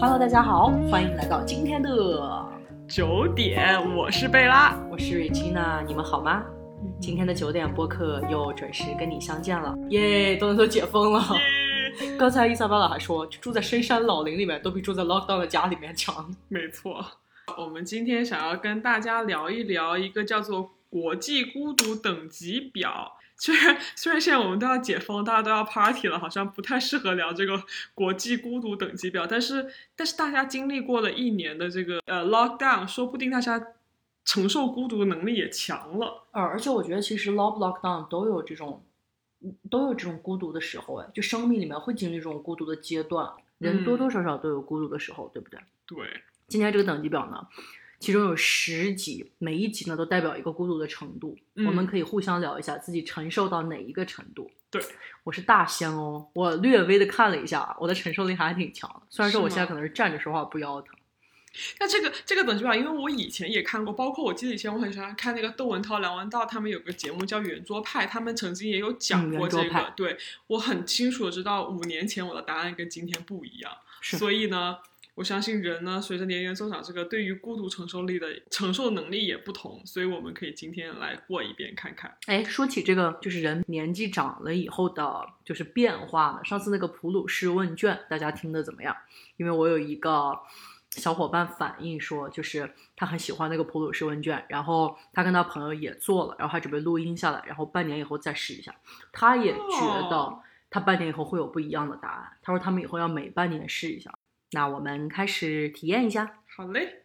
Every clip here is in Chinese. Hello，大家好，欢迎来到今天的，九点，我是贝拉。我是 Regina，你们好吗？今天的九点播客又准时跟你相见了，耶！都能都解封了。耶刚才伊莎贝拉还说，住在深山老林里面都比住在 lockdown 的家里面强。没错，我们今天想要跟大家聊一聊一个叫做国际孤独等级表。虽然虽然现在我们都要解封，大家都要 party 了，好像不太适合聊这个国际孤独等级表，但是但是大家经历过了一年的这个呃 lockdown，说不定大家承受孤独的能力也强了。呃，而且我觉得其实 lock lockdown 都有这种，都有这种孤独的时候，哎，就生命里面会经历这种孤独的阶段，人嗯多多少少都有孤独的时候，对不对？对，今天这个等级表呢，其中有十级，每一级呢都代表一个孤独的程度。嗯我们可以互相聊一下自己承受到哪一个程度。对，我是大仙哦，我略微的看了一下，啊我的承受力还挺强的。虽然说我是吗现在可能是站着说话不腰疼。那这个这个等级表，因为我以前也看过，包括我记得以前我很喜欢看那个窦文涛、梁文道他们有个节目叫《圆桌派》，他们曾经也有讲嗯过圆这桌个。派对我很清楚的知道，五年前我的答案跟今天不一样，是所以呢。我相信人呢，随着年龄增长，这个对于孤独承受力的承受能力也不同，所以我们可以今天来过一遍看看。哎，说起这个，就是人年纪长了以后的，就是变化呢。上次那个普鲁士问卷，大家听的怎么样？因为我有一个小伙伴反映说，就是他很喜欢那个普鲁士问卷，然后他跟他朋友也做了，然后还准备录音下来，然后半年以后再试一下。他也觉得哦他半年以后会有不一样的答案。他说他们以后要每半年试一下。那我们开始体验一下。好嘞，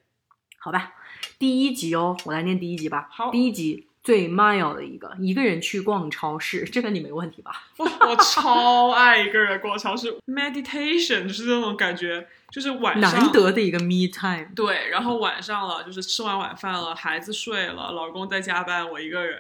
好吧，第一集哦，我来念第一集吧。好第一集最 mild 的一个，一个人去逛超市，这个你没问题吧？我我超爱一个人过超市，meditation 就是这种感觉，就是晚上难得的一个 me time，对，然后晚上了，就是吃完晚饭了，孩子睡了，老公在加班，我一个人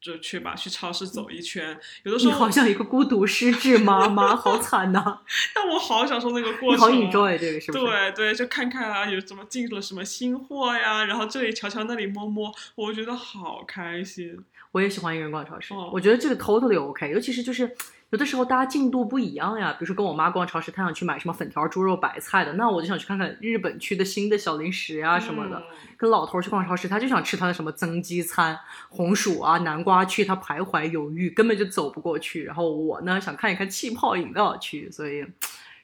就去吧，去超市走一圈。有的时你候好，像一个孤独失智妈妈，好惨呐、但我好享受那个过你好程。啊 enjoy 这个是不是？对对，就看看啊，有什么进了什么新货呀，然后这里瞧瞧，那里摸摸，我觉得好开心。我也喜欢一个人逛超市，哦我觉得这个 totally OK。尤其是就是有的时候大家进度不一样呀，比如说跟我妈逛超市，她想去买什么粉条、猪肉、白菜的，那我就想去看看日本区的新的小零食啊什么的。嗯跟老头儿去逛超市，他就想吃他的什么增肌餐、红薯啊、南瓜区，他徘徊犹豫，根本就走不过去。然后我呢，想看一看气泡饮料区，所以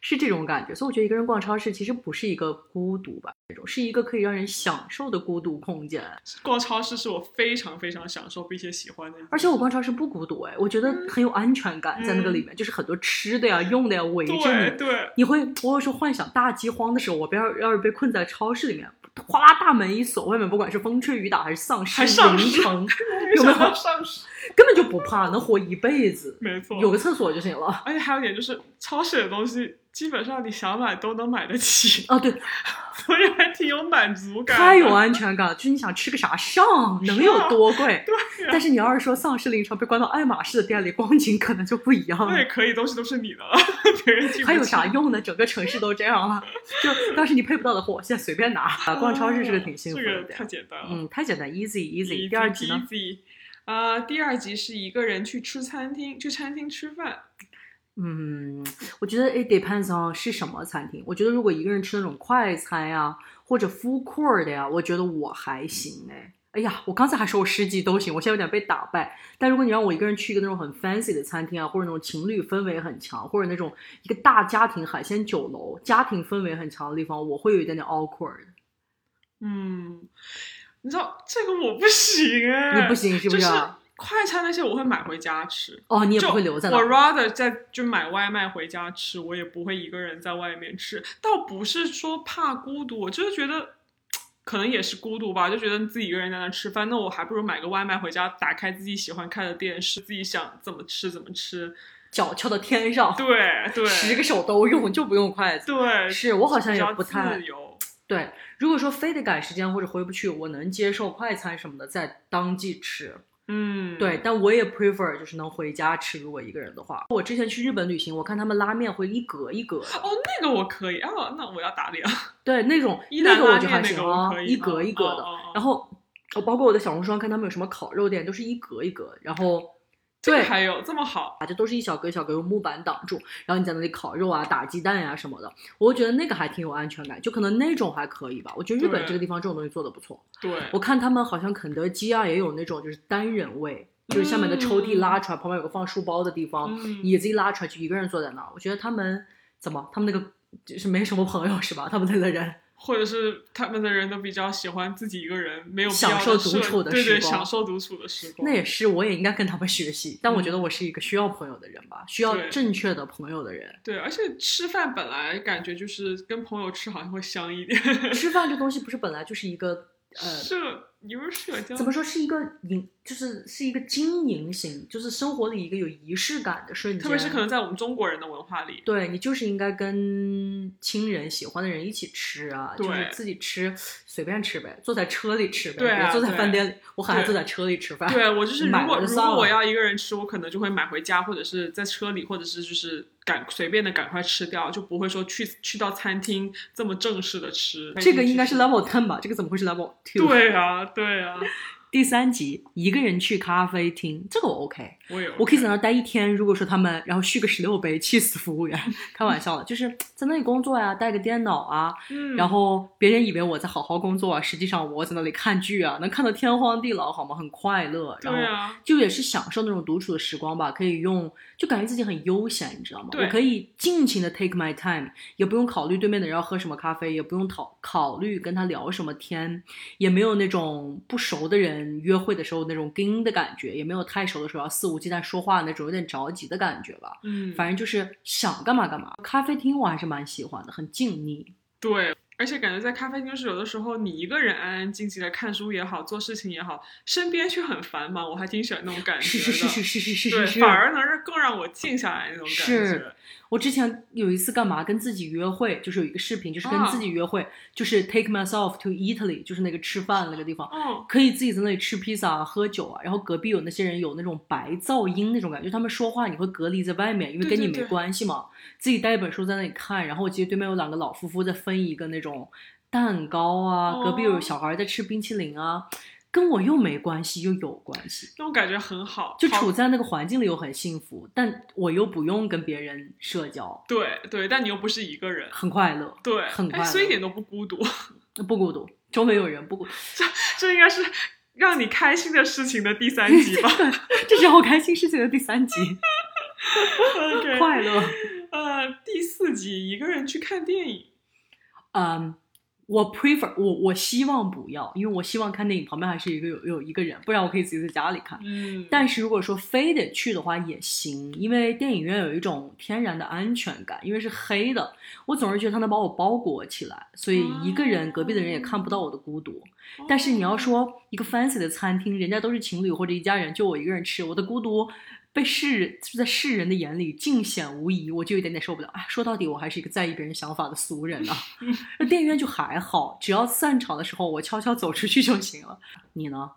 是这种感觉。所以我觉得一个人逛超市其实不是一个孤独吧，这种是一个可以让人享受的孤独空间。逛超市是我非常非常享受并且喜欢的一件事，而且我逛超市不孤独哎，我觉得嗯很有安全感，在那个里面、就是很多吃的呀、用的呀围着对你。对，你会，我有时候幻想大饥荒的时候，我不要要是被困在超市里面，哗啦大门一锁，外面不管是风吹雨打还是丧尸还丧凌尸 晨，为有没有什么上市？根本就不怕，能活一辈子，没错，有个厕所就行了。而且还有一点就是，超市的东西基本上你想买都能买得起，啊，对，所以还挺有满足感的。太有啊安全感了，就是你想吃个啥上，能有多贵？对呀、啊但是你要是说丧尸临床被关到爱马仕的店里，光景可能就不一样了那。也可以，东西都是你的了， 别人记不起还有啥？用呢？整个城市都这样了，就 当时你配不到的货，我现在随便拿。啊，逛超市是个挺幸福的哦这个太点。简单了。嗯，太简单，easy easy。 Easy，第二集呢？ easy？啊、第二集是一个人去吃餐厅，去餐厅吃饭。嗯，我觉得 it depends on 是什么餐厅。我觉得如果一个人吃那种快餐呀，或者 food court 的呀，我觉得我还行哎。哎呀，我刚才还说我十级都行，我现在有点被打败。但如果你让我一个人去一个那种很 fancy 的餐厅啊，或者那种情侣氛围很强，或者那种一个大家庭海鲜酒楼、家庭氛围很强的地方，我会有一点点 awkward。嗯，你知道这个我不行哎，你不行是不就是是啊？快餐那些我会买回家吃。哦，你也就不会留在那我儿。 rather 在就买外卖回家吃，我也不会一个人在外面吃。倒不是说怕孤独，我就是觉得。可能也是孤独吧，就觉得自己一个人在那吃饭，那我还不如买个外卖回家，打开自己喜欢看的电视，自己想怎么吃怎么吃。脚翘到天上，对对十个手都用，就不用筷子。对，是我好像比也较不太自由。对。如果说非得赶时间或者回不去，我能接受快餐什么的在当季吃。嗯，对，但我也 prefer 就是能回家吃，如果一个人的话。我之前去日本旅行，我看他们拉面会一格一格的，哦，那个我可以啊，那我要打脸。对那种伊那兰个我拉就面还那行个啊我，可以，一格一格的。哦哦哦然后我包括我在小红书上看他们有什么烤肉店，都是一格一格，然后这个对还有这么好，啊，这都是一小格一小格用木板挡住，然后你在那里烤肉啊、打鸡蛋呀、什么的，我觉得那个还挺有安全感，就可能那种还可以吧。我觉得日本对这个地方这种东西做的不错，对，我看他们好像肯德基啊也有那种就是单人位，就是下面的抽屉拉出来，旁边有个放书包的地方，嗯，椅子一拉出来就一个人坐在那儿。我觉得他们怎么他们那个就是没什么朋友是吧？他们那个人或者是他们的人都比较喜欢自己一个人，没有必享要受的独社处的对时对，光享受独处的时光。那也是我也应该跟他们学习，但我觉得嗯我是一个需要朋友的人吧，需要对正确的朋友的人。对，而且吃饭本来感觉就是跟朋友吃好像会香一点，吃饭这东西不是本来就是一个呃 社你不是社交怎么说是一个营，就是是一个经营型，就是生活里一个有仪式感的瞬间。特别是可能在我们中国人的文化里，对你就是应该跟亲人、喜欢的人一起吃啊，对就是自己吃，随便吃呗，坐在车里吃呗，对啊别坐在对饭店里，我好像对坐在车里吃饭。对我就是，如买果了就如算果我了要一个人吃，我可能就会买回家，或者是在车里，或者是就是赶随便的赶快吃掉，就不会说去去到餐厅这么正式的吃。这个应该是来 level ten 吧？这个怎么会是 level two？，对啊，对啊，第三集一个人去咖啡厅，这个我 OK。我有，我可以在那儿待一天。如果说他们然后续个十六杯，气死服务员，开玩笑了，就是在那里工作呀，带个电脑啊，嗯，然后别人以为我在好好工作啊，实际上我在那里看剧啊，能看到天荒地老，好吗？很快乐，然对后啊，就也是享受那种独处的时光吧，可以用，就感觉自己很悠闲，你知道吗？对我可以尽情的 take my time，也不用考虑对面的人要喝什么咖啡，也不用考考虑跟他聊什么天，也没有那种不熟的人约会的时候那种盯的感觉，也没有太熟的时候要肆无忌惮说话那种有点着急的感觉吧。嗯，反正就是想干嘛干嘛。咖啡厅我还是蛮喜欢的，很静谧。对，而且感觉在咖啡厅是有的时候你一个人安安静静的看书也好，做事情也好，身边却很繁忙，我还挺喜欢那种感觉的。是是是是是是是对是，是反。而能让更让我静下来那种感是觉。我之前有一次干嘛跟自己约会，就是有一个视频，就是跟啊自己约会，就是 take myself to Italy，就是那个吃饭那个地方。嗯，可以自己在那里吃披萨、啊、喝酒啊，然后隔壁有那些人有那种白噪音那种感觉，他们说话你会隔离在外面，因为对跟你对没对关系嘛。自己带一本书在那里看，然后我记得对面有两个老夫妇在分一个那种蛋糕啊，隔壁有哦小孩在吃冰淇淋啊，跟我又没关系又有关系，那种感觉很好，就好处在那个环境里又很幸福，但我又不用跟别人社交，对对，但你又不是一个人，很快乐，对，很哎快所以一乐点都不孤独，不孤独，周围有人不孤独， 这应该是让你开心的事情的第三 集吧。这是我开心事情的第三集， OK，快乐。呃，第四集一个人去看电影，嗯，我 prefer 我我希望不要，因为我希望看电影旁边还是一个有有一个人，不然我可以自己在家里看。嗯，但是如果说非得去的话也行，因为电影院有一种天然的安全感，因为是黑的，我总是觉得它能把我包裹起来，所以一个人隔壁的人也看不到我的孤独。嗯但是你哦要说一个 fancy 的餐厅，人家都是情侣或者一家人，就我一个人吃，我的孤独被世人就在世人的眼里尽显无疑，我就有一点点受不了。哎，说到底，我还是一个在意别人想法的俗人 啊。那电影院就还好，只要散场的时候我悄悄走出去就行了。你呢？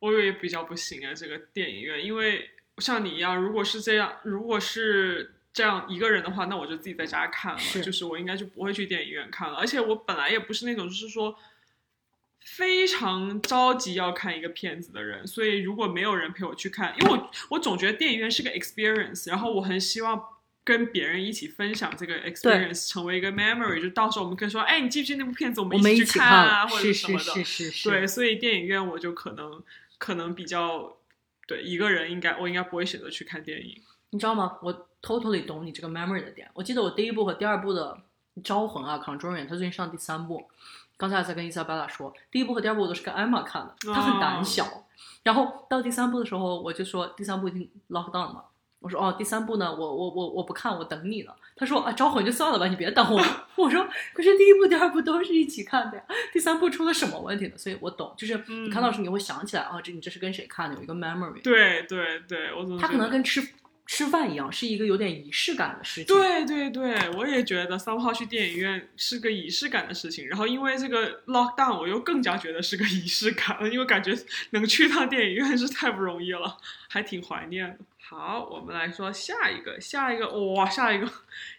我也比较不行啊，这个电影院，因为像你一样，如果是这样，如果是这样一个人的话，那我就自己在家看了，是就是我应该就不会去电影院看了。而且我本来也不是那种就是说非常着急要看一个片子的人，所以如果没有人陪我去看，因为我我总觉得电影院是个 experience，然后我很希望。跟别人一起分享这个 experience，成为一个 memory，就到时候我们可以说，哎，你记不记得那部片子？我我们们一起一去起看啊，了，或是者什是么的。是是是，对，所以电影院我就可能可能比较对一个人应该我应该不会选择去看电影。你知道吗？我 totally 懂你这个 memory 的点。我记得我第一部和第二部的《招魂》啊，《Conjuring》，他最近上第三部。刚才还在跟伊莎贝拉说，第一部和第二部我都是跟艾玛看的，她很胆小。然后到第三部的时候，我就说第三部已经 lock down 了嘛，我说哦，第三部呢，我我我我不看，我等你呢。他说啊，招魂就算了吧， 你别等我。我说可是第一部、第二部都是一起看的呀，第三部出了什么问题呢？所以我懂，就是你看到的时候你会想起来啊、哦，这你这是跟谁看的，有一个 memory。对对对，我总它可觉能得跟吃吃饭一样，是一个有点仪式感的事情。，对对对，我也觉得三号去电影院是个仪式感的事情。然后因为这个 lockdown，我又更加觉得是个仪式感了，因为感觉能去趟电影院是太不容易了，还挺怀念的。好，我们来说下一个，下一个，哇，下一个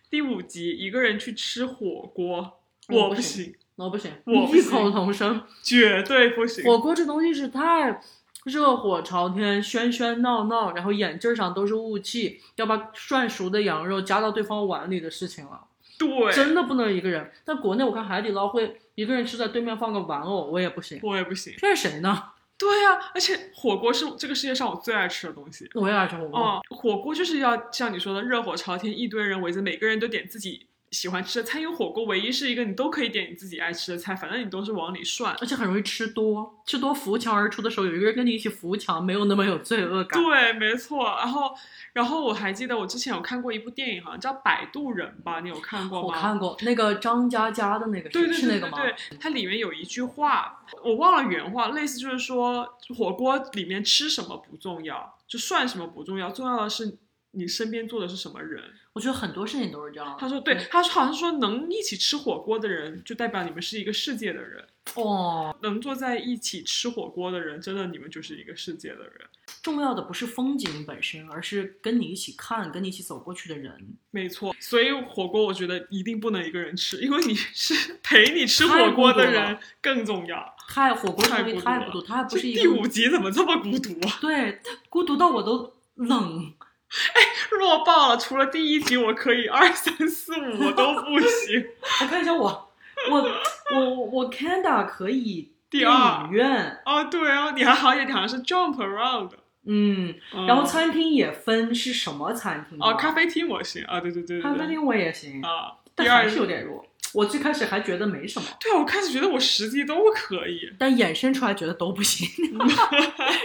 第五集，一个人去吃火锅，我我不不行行，我不行，我不异行口同声，绝对不行。火锅这东西是太热火朝天、喧喧闹闹，然后眼镜上都是雾气，要把涮熟的羊肉夹到对方碗里的事情了，对，真的不能一个人。但国内我看海底捞会一个人吃，在对面放个玩偶，我也不行。我也不行。骗谁呢？对呀、而且火锅是这个世界上我最爱吃的东西。我也爱吃火锅。哦，火锅就是要像你说的热火朝天，一堆人围着，每个人都点自己喜欢吃的菜。因为火锅唯一是一个你都可以点你自己爱吃的菜，反正你都是往里涮。而且很容易吃多，吃多扶墙而出的时候，有一个人跟你一起扶墙，没有那么有罪恶感。对，没错。然后，然后我还记得我之前有看过一部电影，好像叫《摆渡人》吧？你有看过吗？我看过那个张嘉佳的那个，对对是那对对个吗？对，它里面有一句话，我忘了原话，类似就是说火锅里面吃什么不重要，就涮什么不重要，重要的是你身边坐的是什么人。我觉得很多事情都是这样的。他说对，他说好像说能一起吃火锅的人，就代表你们是一个世界的人；哦，能坐在一起吃火锅的人，真的你们就是一个世界的人。重要的不是风景本身，而是跟你一起看、跟你一起走过去的人。没错，所以火锅我觉得一定不能一个人吃，因为你是 陪你吃太火孤锅的独了人更重要。太火锅太这个东西孤独太了孤独，它还不这是一第个五集怎么这么孤独啊？对，它孤独到我都冷。弱爆了！除了第一集，我可以二三四五我都不行。我看一下我，我我我 Canada 可以第电二影院，哦，对哦，你还好一点，你好像是 jump around，、嗯，嗯、然后餐厅也分是什么餐厅哦，嘛咖啡厅我行啊，对对对对咖啡对，厅我也行，啊，但第还二是有点弱。我最开始还觉得没什么，对啊，我开始觉得我十级都可以，但衍生出来觉得都不 行，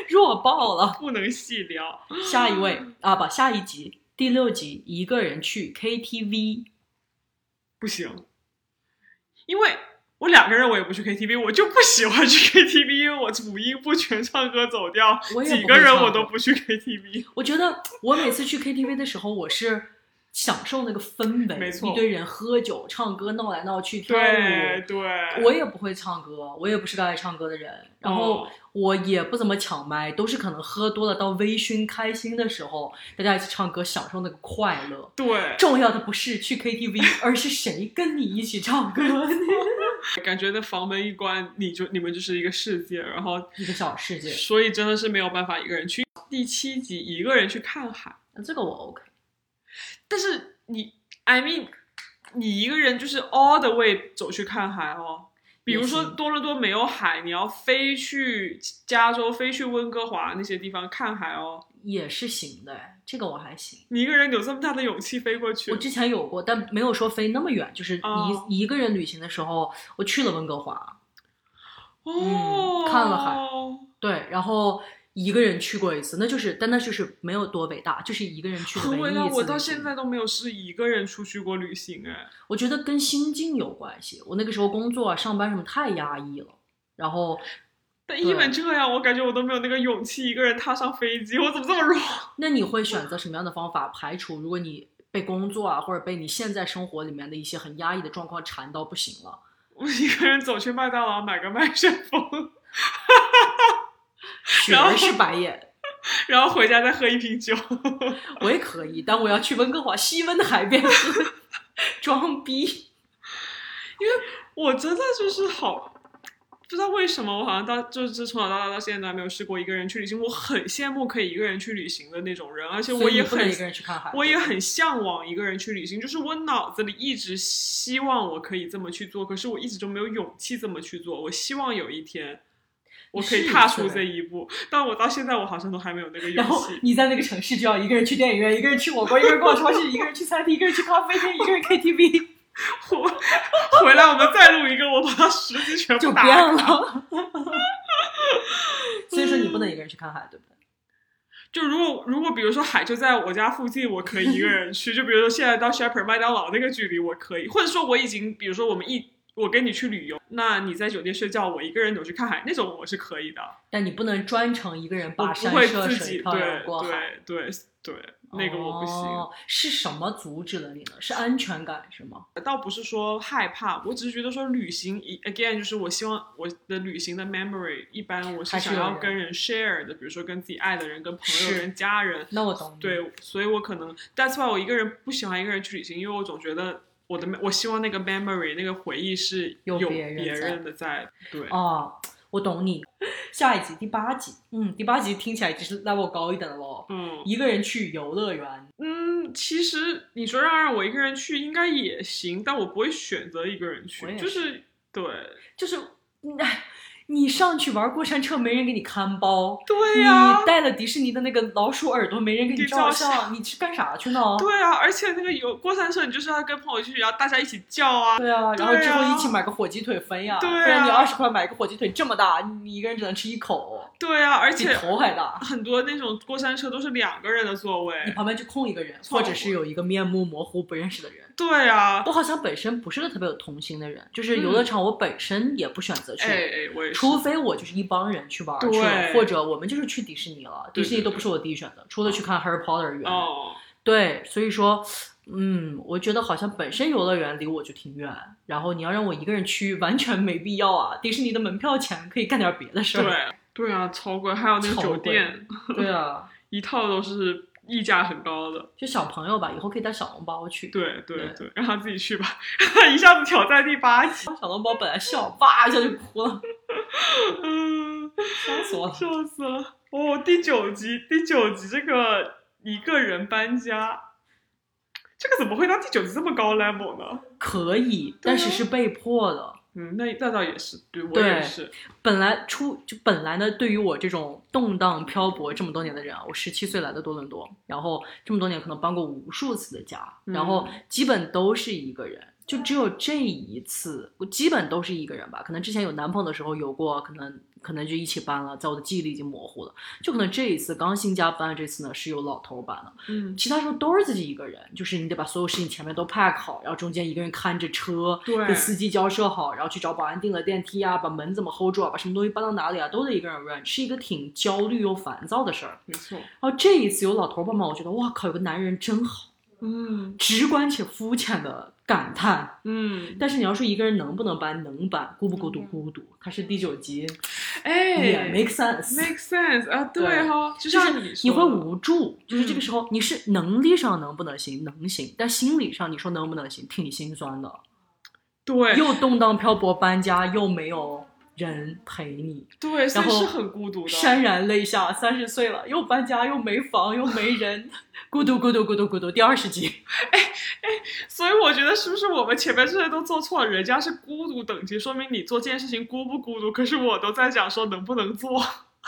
弱爆了。不能细聊。下一位嗯啊，不，下一集第六集，一个人去 KTV，不行，因为我两个人我也不去 KTV，我就不喜欢去 KTV，因为我五音不全，唱歌走调，我也不会几个人唱我都不去 KTV。我觉得我每次去 KTV 的时候，我是享受那个氛围，没错一堆人喝酒、唱歌、闹来闹去、跳对舞。对，我也不会唱歌，我也不是个爱唱歌的人，然后哦我也不怎么抢麦，都是可能喝多了到微醺、开心的时候，大家一起唱歌，享受那个快乐。对，重要的不是去 KTV，而是谁跟你一起唱歌 感觉那房门一关，你就你们就是一个世界，然后一个小世界。所以真的是没有办法一个人去。第七集一个人去看海，这个我 OK，但是你，I mean，你一个人就是 all the way 走去看海哦。比如说也行多伦多没有海，你要飞去加州、飞去温哥华那些地方看海哦。也是行的，哎这个我还行。你一个人有这么大的勇气飞过去我？之前有过，但没有说飞那么远，就是一、哦一个人旅行的时候，我去了温哥华，哦、嗯看了海对，然后一个人去过一次，那就是，但那就是没有多伟大，就是一个人去的很 唯一伟一次大，旅行。我到现在都没有是一个人出去过旅行哎。我觉得跟心境有关系。我那个时候工作啊、上班什么太压抑了，然后但对 even 这样，我感觉我都没有那个勇气一个人踏上飞机，我怎么这么弱？那你会选择什么样的方法排除？如果你被工作啊，或者被你现在生活里面的一些很压抑的状况缠到不行了，我一个人走去麦当劳买个麦旋风，雪然后儿是白眼，然后回家再喝一瓶酒。我也可以，但我要去温哥华西温的海 边喝装逼。我真的就是好，不知道为什么，我好像到就是从小到大到现在都还没有试过一个人去旅行。我很羡慕可以一个人去旅行的那种人，而且所我以也你不能一个很人去看海，我也很向往一个人去旅行。就是我脑子里一直希望我可以这么去做，可是我一直都没有勇气这么去做。我希望有一天。我可以试一踏次出呗这一步，但我到现在我好像都还没有那个然勇后气。你在那个城市就要一个人去电影院，一个人去火锅，一个人逛超市，一个人去餐厅，一个人去咖啡厅，一个人 KTV，我回来我们再录一个，我把它十集全就部打变 了。所以说你嗯不能一个人去看海，对不对？就如果如果比如说海就在我家附近，我可以一个人去。就比如说现在到 Shepherd 麦当劳那个距离，我可以，或者说我已经，比如说我们一我跟你去旅游，那你在酒店睡觉，我一个人走去看海，那种我是可以的，但你不能专程一个人我跋不山会涉自水己漂洋对过海。对对对，那个我不行。哦。是什么阻止了你呢？是安全感是吗？倒不是说害怕，我只是觉得说旅行一 again 就是我希望我的旅行的 memory 一般我是还是想有要人跟人 share 的，比如说跟自己爱的人、跟朋友、是嗯跟家人，那我懂你。，对，所以我可能 that's why 我一个人不喜欢一个人去旅行，因为我总觉得我的我希望那个 memory 那个回忆是有有别人在的在。对，哦，我懂你。下一集第八集，嗯，第八集听起来就是 level 高一点的喽。嗯一个人去游乐园，嗯，其实你说要让我一个人去，应该也行，但我不会选择一个人我也去，就是对就是，哎你上去玩过山车，没人给你看包。对呀、你带了迪士尼的那个老鼠耳朵，没人给你给照照相相，你去干啥去呢？对啊，而且那个有过山车，你就是要跟朋友去，然后大家一起叫啊。对啊，然后之后对啊一起买个火鸡腿分呀，对啊不然你二十块买个火鸡腿这么大，你一个人只能吃一口，对啊，而比且头还大。很多那种过山车都是两个人的座你位。旁边就空一个人，错或过者是有一个面目模糊不认识的人。对啊，我好像本身不是个特别有同心的人，就是游嗯乐场我本身也不选择去，哎哎，我也是。除非我就是一帮人去玩儿去对了，或者我们就是去迪士尼了。迪对士尼对都不是我第一选择，除了去看《Harry Potter》园。哦，对，所以说，嗯，我觉得好像本身游乐园离我就挺远，然后你要让我一个人去，完全没必要啊。迪士尼的门票钱可以干点别的 事儿。对对啊，超贵，还有那个超酒贵店，对，啊，一套都是溢价很高的。就小朋友吧，以后可以带小笼包去。对对对对，让他自己去吧， 一下子挑战第八集，小笼包本来笑，哇一下就哭了， 嗯，笑死我了。笑死了。哦，第九集，第九集这个一个人搬家，这个怎么会到第九集这么高 level 呢？可以，啊但是是被迫的。嗯，那那倒也是，对我对也是，本来出就本来呢，对于我这种动荡漂泊这么多年的人啊，我十七岁来的多伦多，然后这么多年可能搬过无数次的家，嗯然后基本都是一个人，就只有这一次，我基本都是一个人吧。可能之前有男朋友的时候有过，可能可能就一起搬了，在我的记忆里已经模糊了。就可能这一次刚新家搬的这次呢，是有老头搬的，嗯，其他时候都是自己一个人，就是你得把所有事情前面都 pack 好，然后中间一个人看着车，对跟司机交涉好，然后去找保安订了电梯啊，把门怎么 hold 住啊，把什么东西搬到哪里啊，都得一个人 run，是一个挺焦虑又烦躁的事儿。没错，然后这一次有老头帮忙，我觉得哇靠，有个男人真好，嗯直观且肤浅的感叹。嗯，但是你要说一个人能不能搬，能搬，孤不孤独，孤不孤独。他是第九集，也哎 make sense。 make sense 啊，对对哈，就就像是说你的会无助，就是这个嗯时候你是能力上能不能行，能行，但心理上你说能不能行，挺心酸的。对又动荡漂泊搬家，又没有人陪你，对，所以然后是很孤独的，潸然泪下。三十岁了，又搬家，又没房，又没人，孤独孤独孤独孤独。第二十 集，所以我觉得是不是我们前面这些都做错了？人家是孤独等级，说明你做这件事情孤不孤独？可是我都在讲说能不能做，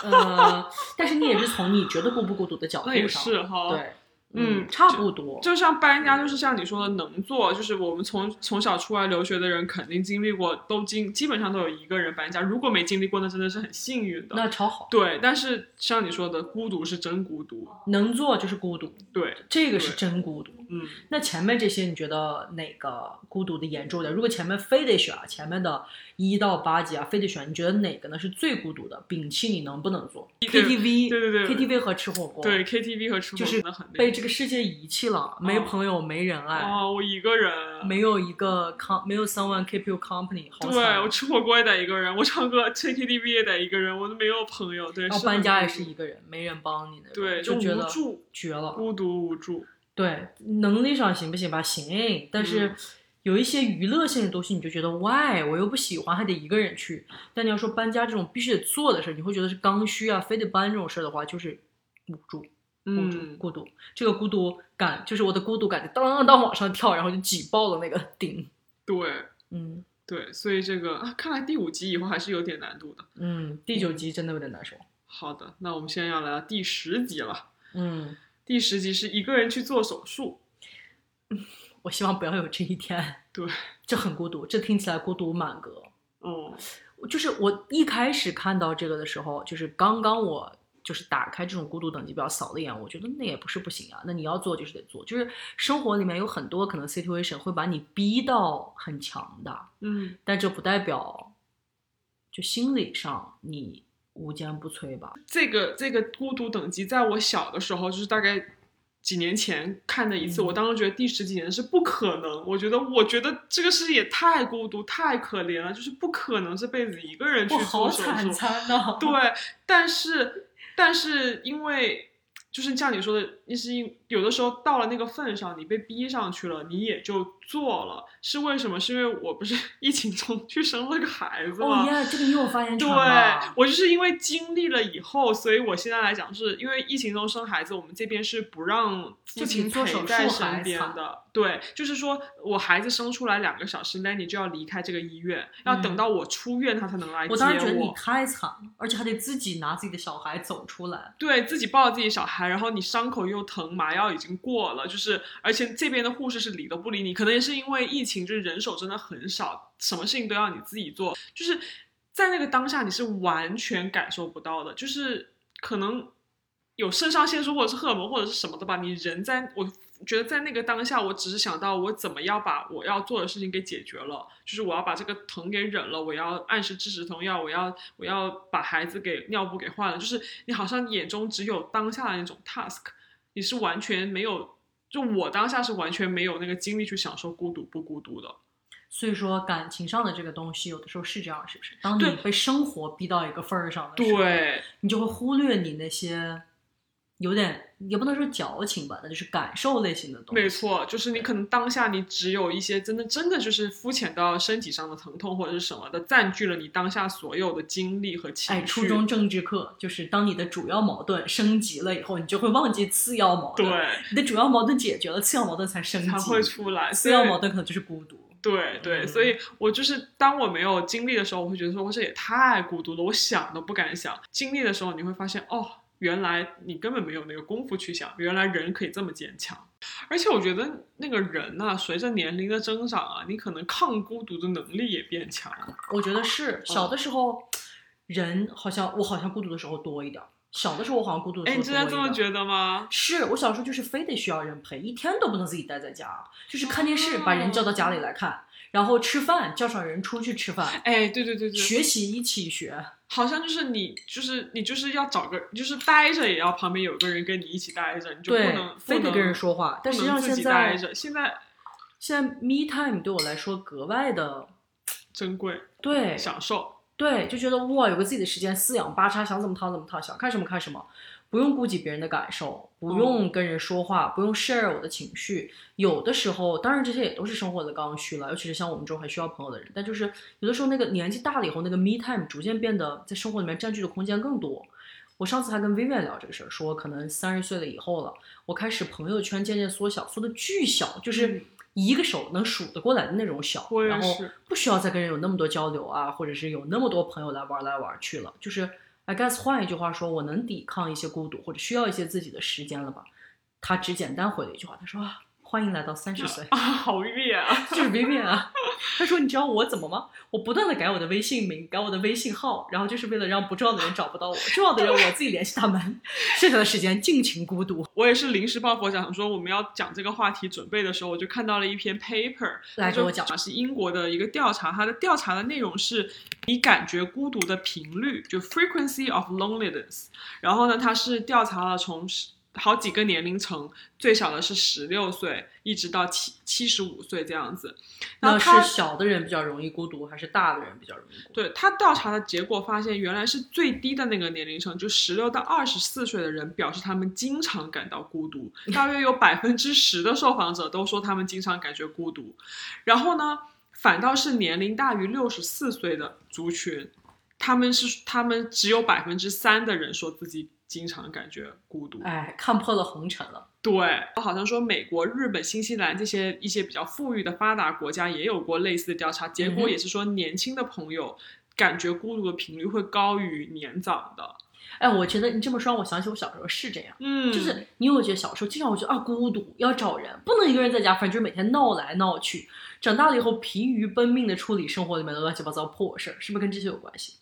呃，但是你也是从你觉得孤不孤独的角度那也上，是哈。对，嗯差不多。就像搬家，就是像你说的能做，就是我们从从小出来留学的人，肯定经历过，都经基本上都有一个人搬家。如果没经历过，那真的是很幸运的。那超好，对，但是像你说的，孤独是真孤独。能做就是孤独，对，这个是对真孤独。嗯，那前面这些你觉得哪个孤独的严重一点？如果前面非得选啊，前面的一到八集啊，非得选，你觉得哪个呢是最孤独的？摒弃你能不能做对对对 KTV，KTV 和吃火锅，对，KTV 和吃火哦就锅是真的很累被这个世界遗弃了，没朋友，没人爱，哦，我一个人。没有一个 com，没有 someone keep you company，好对惨啊我。吃火锅也得一个人，我唱歌去 KTV 也得一个人，我都没有朋友。对，然后是很搬家也孤是独一个人，没人帮你那种，对，就觉无得助，绝了。孤独无助。对，能力上行不行吧？行，但是有一些娱乐性的东西，你就觉得 why 我又不喜欢，还得一个人去。但你要说搬家这种必须得做的事儿，你会觉得是刚需啊，非得搬这种事儿的话，就是无助、孤独、嗯，孤独。这个孤独感，就是我的孤独感，就当当当当往上跳，然后就挤爆了那个顶。对嗯对，所以这个啊，看来第五集以后还是有点难度的。嗯，第九集真的有点难受。好的，那我们现在要来到第十集了。嗯，第十集是一个人去做手术。我希望不要有这一天。对，这很孤独，这听起来孤独满格。哦，就是我一开始看到这个的时候，就是刚刚我就是打开这种孤独等级表扫了一眼，我觉得那也不是不行啊。那你要做就是得做，就是生活里面有很多可能 situation 会把你逼到很强大，嗯，但这不代表就心理上你无坚不摧吧。这个这个孤独等级，在我小的时候，就是大概几年前看的一次，嗯我当时觉得第十几年是不可能，我觉得我觉得这个事也太孤独、太可怜了，就是不可能这辈子一个人去我做好手惨术。惨啊 呐！对，但是但是因为就是像你说的，那是因有的时候到了那个份上，你被逼上去了，你也就做了。是为什么？是因为我不是 疫情中去生了个孩子哦吗？耶，这个你有发言权对了。我就是因为经历了以后，所以我现在来讲是，因为疫情中生孩子，我们这边是不让父亲就比做手陪术啊在还身边惨的。对，就是说我孩子生出来两个小时，Lenny 就要离开这个医院，要等到我出院，他才能来接嗯我当时觉得你太惨了，而且还得自己拿自己的小孩走出来。对自己抱着自己小孩，然后你伤口又疼，麻药已经过了，就是而且这边的护士是理都不理你，可能也是因为疫情，就是人手真的很少，什么事情都要你自己做，就是在那个当下你是完全感受不到的，就是可能有肾上腺素或者是荷尔蒙或者是什么的吧，你人在我。觉得在那个当下，我只是想到我怎么要把我要做的事情给解决了，就是我要把这个疼给忍了，我要按时吃止疼药，我要我要把孩子给尿布给换了，就是你好像眼中只有当下的那种 task，你是完全没有，就我当下是完全没有那个精力去享受孤独不孤独的。所以说，感情上的这个东西，有的时候是这样，是不是？当你对被生活逼到一个份儿上的时候，对，你就会忽略你那些有点也不能说矫情吧，那就是感受类型的东西。没错，就是你可能当下你只有一些真的真的就是肤浅到身体上的疼痛或者是什么的，占据了你当下所有的精力和情绪。哎，初中政治课就是当你的主要矛盾升级了以后，你就会忘记次要矛盾。，对你的主要矛盾解决了，次要矛盾才升级。才会出来，次所以要矛盾可能就是孤独。对对，嗯所以我就是当我没有经历的时候，我会觉得说，我这也太孤独了，我想都不敢想。经历的时候，你会发现，哦，原来你根本没有那个功夫去想，原来人可以这么坚强。而且我觉得那个人呐、随着年龄的增长啊，你可能抗孤独的能力也变强了。我觉得是小的时候，人好像我好像孤独的时候多一点儿。小的时候我好像孤独的时哎，候你多一真点儿。的这么觉得吗？是我小时候就是非得需要人陪，一天都不能自己待在家，啊就是看电视哦把人叫到家里来看，然后吃饭叫上人出去吃饭，哎，对对对对，学习一起学。好像就是你，就是你，就是要找个，就是待着也要旁边有个人跟你一起待着，你就不对能，非得跟人，说话。不但能实际不上能自现己待在着，现在现在 me time 对我来说格外的珍贵，对享受。对，就觉得哇有个自己的时间，四仰八叉，想怎么躺怎么躺，想看什么看什么，不用顾及别人的感受，不用跟人说话，不用 share 我的情绪。有的时候，当然这些也都是生活的刚需了，尤其是像我们这种很需要朋友的人，但就是有的时候那个年纪大了以后，那个 me time 逐渐变得在生活里面占据的空间更多。我上次还跟 Vivian 聊这个事儿，说可能三十岁了以后了，我开始朋友圈渐渐缩小，缩的巨小，就是嗯一个手能数得过来的那种小，我也然后是不需要再跟人有那么多交流啊，或者是有那么多朋友来玩来玩去了。就是 I guess 换一句话说，我能抵抗一些孤独，或者需要一些自己的时间了吧？他只简单回了一句话，他说啊，欢迎来到三十岁。啊，好远啊！就是 Vivian 啊。 他说：“你知道我怎么吗？我不断的改我的微信名，改我的微信号，然后就是为了让不重要的人找不到我，重要的人我自己联系他们。剩下的时间尽情孤独。我也是临时抱佛脚，想说我们要讲这个话题，准备的时候我就看到了一篇 paper，来给我讲就是英国的一个调查，它的调查的内容是你感觉孤独的频率，就 frequency of loneliness。然后呢，它是调查了从十好几个年龄层，最小的是十六岁，一直到七七十五岁这样子。”那然后它是小的人比较容易孤独，还是大的人比较容易孤独？对他调查的结果发现，原来是最低的那个年龄层，就十六到二十四岁的人表示他们经常感到孤独，大约有百分之十的受访者都说他们经常感觉孤独。然后呢，反倒是年龄大于六十四岁的族群，他们是他们只有百分之三的人说自己经常感觉孤独。哎，看破了红尘了。对，好像说美国、日本、新西兰这些一些比较富裕的发达国家也有过类似的调查，结嗯果哼也是说年轻的朋友感觉孤独的频率会高于年长的。哎，我觉得你这么说让我想起我小时候是这样。嗯，就是你有没有觉得小时候经常会觉得啊孤独，要找人，不能一个人在家，反正就是每天闹来闹去。长大了以后，疲于奔命的处理生活里面的乱七八糟破事儿，是不是跟这些有关系？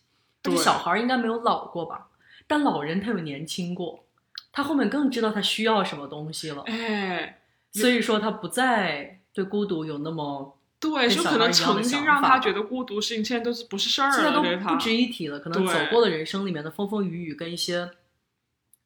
而且对小孩儿应该没有老过吧？但老人他有年轻过，他后面更知道他需要什么东西了，哎，所以说他不再对孤独有那么对，小就孩可能一样的曾经想让法他觉得孤独是你现在都是不是事儿现在了，都对他不。值一提了。可能走对过了人生里面的风风雨雨跟一些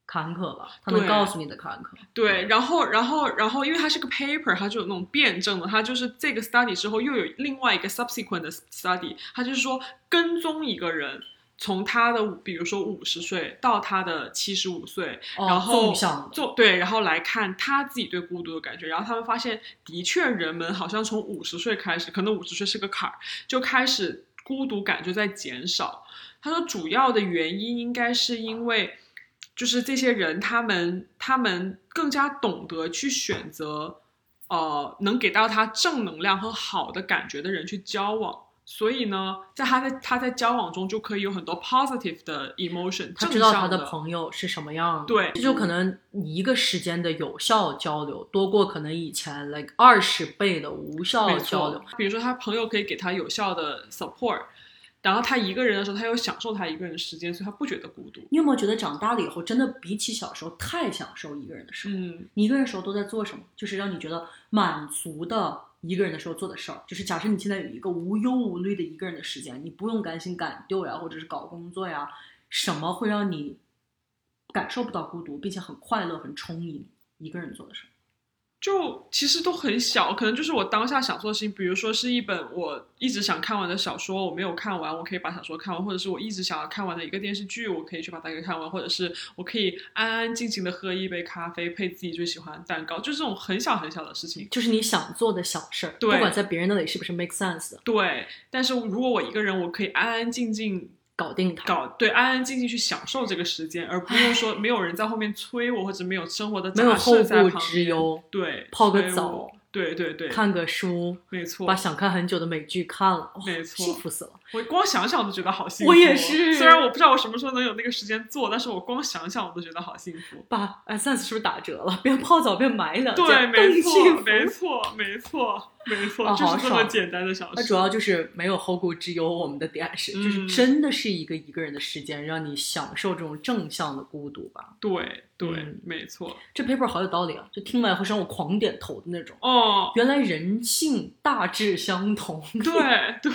坎坷吧，他能对告诉你的坎坷。对，然后，然后，然后，因为它是个 paper，它就有那种辩证的，它就是这个 study 之后又有另外一个 subsequent 的 study，它就是说跟踪一个人，从他的比如说五十岁到他的七十五岁，哦然后纵向的做对，然后来看他自己对孤独的感觉，然后他们发现，的确人们好像从五十岁开始，可能五十岁是个坎儿，就开始孤独感就在减少。他说主要的原因应该是因为，就是这些人他们他们更加懂得去选择，呃，能给到他正能量和好的感觉的人去交往。所以呢，在他在他在交往中就可以有很多 positive 的 emotion，他正知道他向的朋友是什么样的，对这就可能一个时间的有效交流多过可能以前 like 二十倍的无效没交流错，，哦比如说他朋友可以给他有效的 support，然后他一个人的时候，他又享受他一个人的时间，所以他不觉得孤独。你有没有觉得长大了以后，真的比起小时候太享受一个人的生活？嗯，你一个人的时候都在做什么？就是让你觉得满足的一个人的时候做的事儿。就是假设你现在有一个无忧无虑的一个人的时间，你不用担心赶丢呀，或者是搞工作呀，什么会让你感受不到孤独，并且很快乐、很充盈一个人做的事儿？就其实都很小，可能就是我当下想做的事情，比如说是一本我一直想看完的小说，我没有看完，我可以把小说看完，或者是我一直想要看完的一个电视剧，我可以去把它给看完，或者是我可以安安静静的喝一杯咖啡，配自己最喜欢的蛋糕，就这种很小很小的事情。就是你想做的小事儿，不对管在别人那里是不是 make sense 的，对，但是如果我一个人，我可以安安静静搞定它。搞对，安安静静去享受这个时间，而不用说没有人在后面催我，或者没有生活的没有杂后事在顾旁之边。忧，对，泡个所以我澡，对对对，看个书，没错把。想看很久的美剧看了，哇没错幸福死了。我光想想都觉得好幸福。哦我也是虽然我不知道我什么时候能有那个时间做，但是我光想想我都觉得好幸福。把 essence E 是不是打折了？ 边泡澡边买两件，对，没呃更幸错，福没错，没错，没错，哦就好是这么爽简单的小它事。主要就是没有后顾之忧。我们的点是，嗯就是真的是一个一个人的时间，让你享受这种正向的孤独吧。对对，嗯没错。这 paper 好有道理啊，就听完会让我狂点头的那种。哦，原来人性大致相同，对对，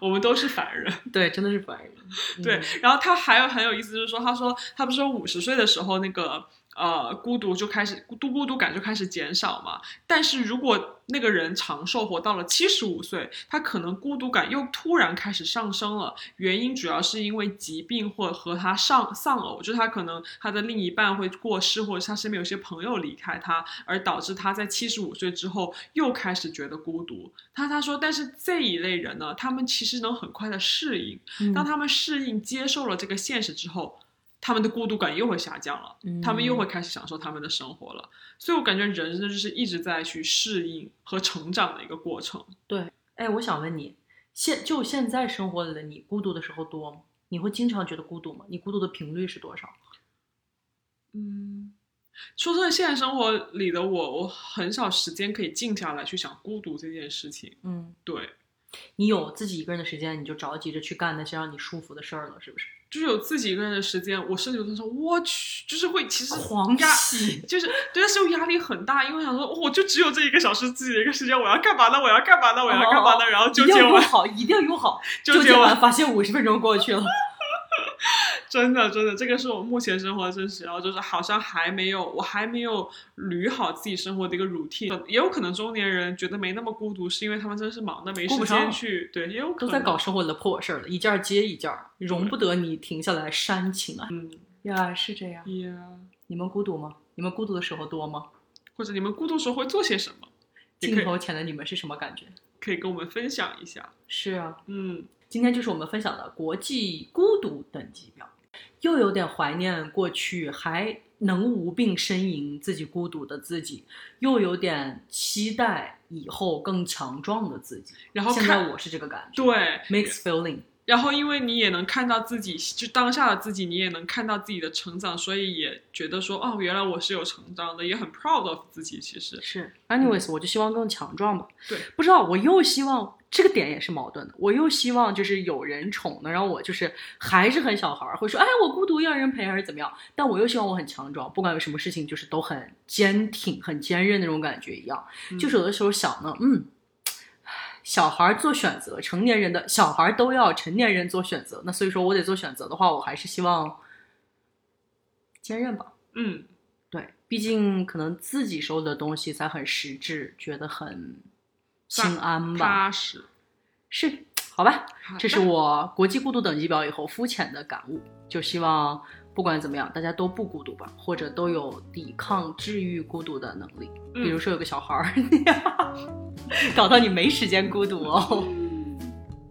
我们都是凡人。 对，真的是凡人。嗯对，然后他还有很有意思，就是说，他说他不是说五十岁的时候那个呃孤独就开始孤独孤独感就开始减少嘛，但是如果那个人长寿活到了七十五岁，他可能孤独感又突然开始上升了，原因主要是因为疾病或和他丧丧偶，就是他可能他的另一半会过世，或者是他身边有些朋友离开他，而导致他在七十五岁之后又开始觉得孤独。他他说，但是这一类人呢，他们其实能很快的适应。嗯当他们适应、接受了这个现实之后，他们的孤独感又会下降了，嗯他们又会开始享受他们的生活了。所以我感觉人真的就是一直在去适应和成长的一个过程。哎，我想问你，现就现在生活里的你，孤独的时候多吗？你会经常觉得孤独吗？你孤独的频率是多少？嗯，说真的，现实生活里的我，我很少时间可以静下来去想孤独这件事情。嗯，对，你有自己一个人的时间，你就着急着去干那些让你舒服的事儿了，是不是？就是有自己一个人的时间，我甚至有的时候，我去，就是会其实狂压喜， 就是对，但是我压力很大，因为我想说，哦我就只有这一个小时自己的一个时间，我要干嘛呢？我要干嘛呢？我要干嘛呢？然后哦一纠定要结用完，好，一定要用 好。纠结结完完，发现五十分钟过 去了。真的真的，这个是我目前生活的真实。然后就是好像还没有，我还没有捋好自己生活的一个 routine。也有可能中年人觉得没那么孤独，是因为他们真的是忙的没顾不时上间去，对，也有可都能在搞。生活里的破事儿了，一件儿接一件儿，容不得你停下来煽情啊！嗯呀，是这样。呀，你们孤独吗？你们孤独的时候多吗？或者你们孤独时候会做些什么？也可镜以头前的你们是什么感觉？可以跟我们分享一下。是啊，嗯，今天就是我们分享的国际孤独等级表，又有点怀念过去还能无病呻吟自己孤独的自己，又有点期待以后更强壮的自己。然后现看在我是这个感觉对， ，mixed feeling。然后因为你也能看到自己，就当下的自己，你也能看到自己的成长，所以也觉得说，哦，原来我是有成长的，也很 proud of 自己。其实，是，anyways，我就希望更强壮吧。对，不知道，我又希望这个点也是矛盾的，我又希望就是有人宠，能让我就是还是很小孩儿，会说哎我孤独要人陪还是怎么样，但我又希望我很强壮，不管有什么事情就是都很坚挺、很坚韧那种感觉一样。嗯就是有的时候想呢，嗯。小孩儿做选择，成年人的小孩儿都要成年人做选择。那所以说我得做选择的话，我还是希望坚韧吧。嗯，对，毕竟可能自己收的东西才很实质，觉得很心安吧。踏实。是，好吧，好这的是我国际孤独等级表以后肤浅的感悟，就希望不管怎么样，大家都不孤独吧，或者都有抵抗、治愈孤独的能力。嗯比如说有个小孩儿，搞到你没时间孤独哦。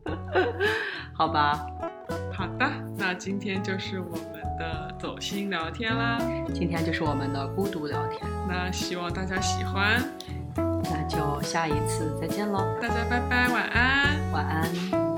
好吧，嗯、好的，那今天就是我们的走心聊天啦，今天就是我们的孤独聊天，那希望大家喜欢，那就下一次再见喽，大家拜拜，晚安。晚安。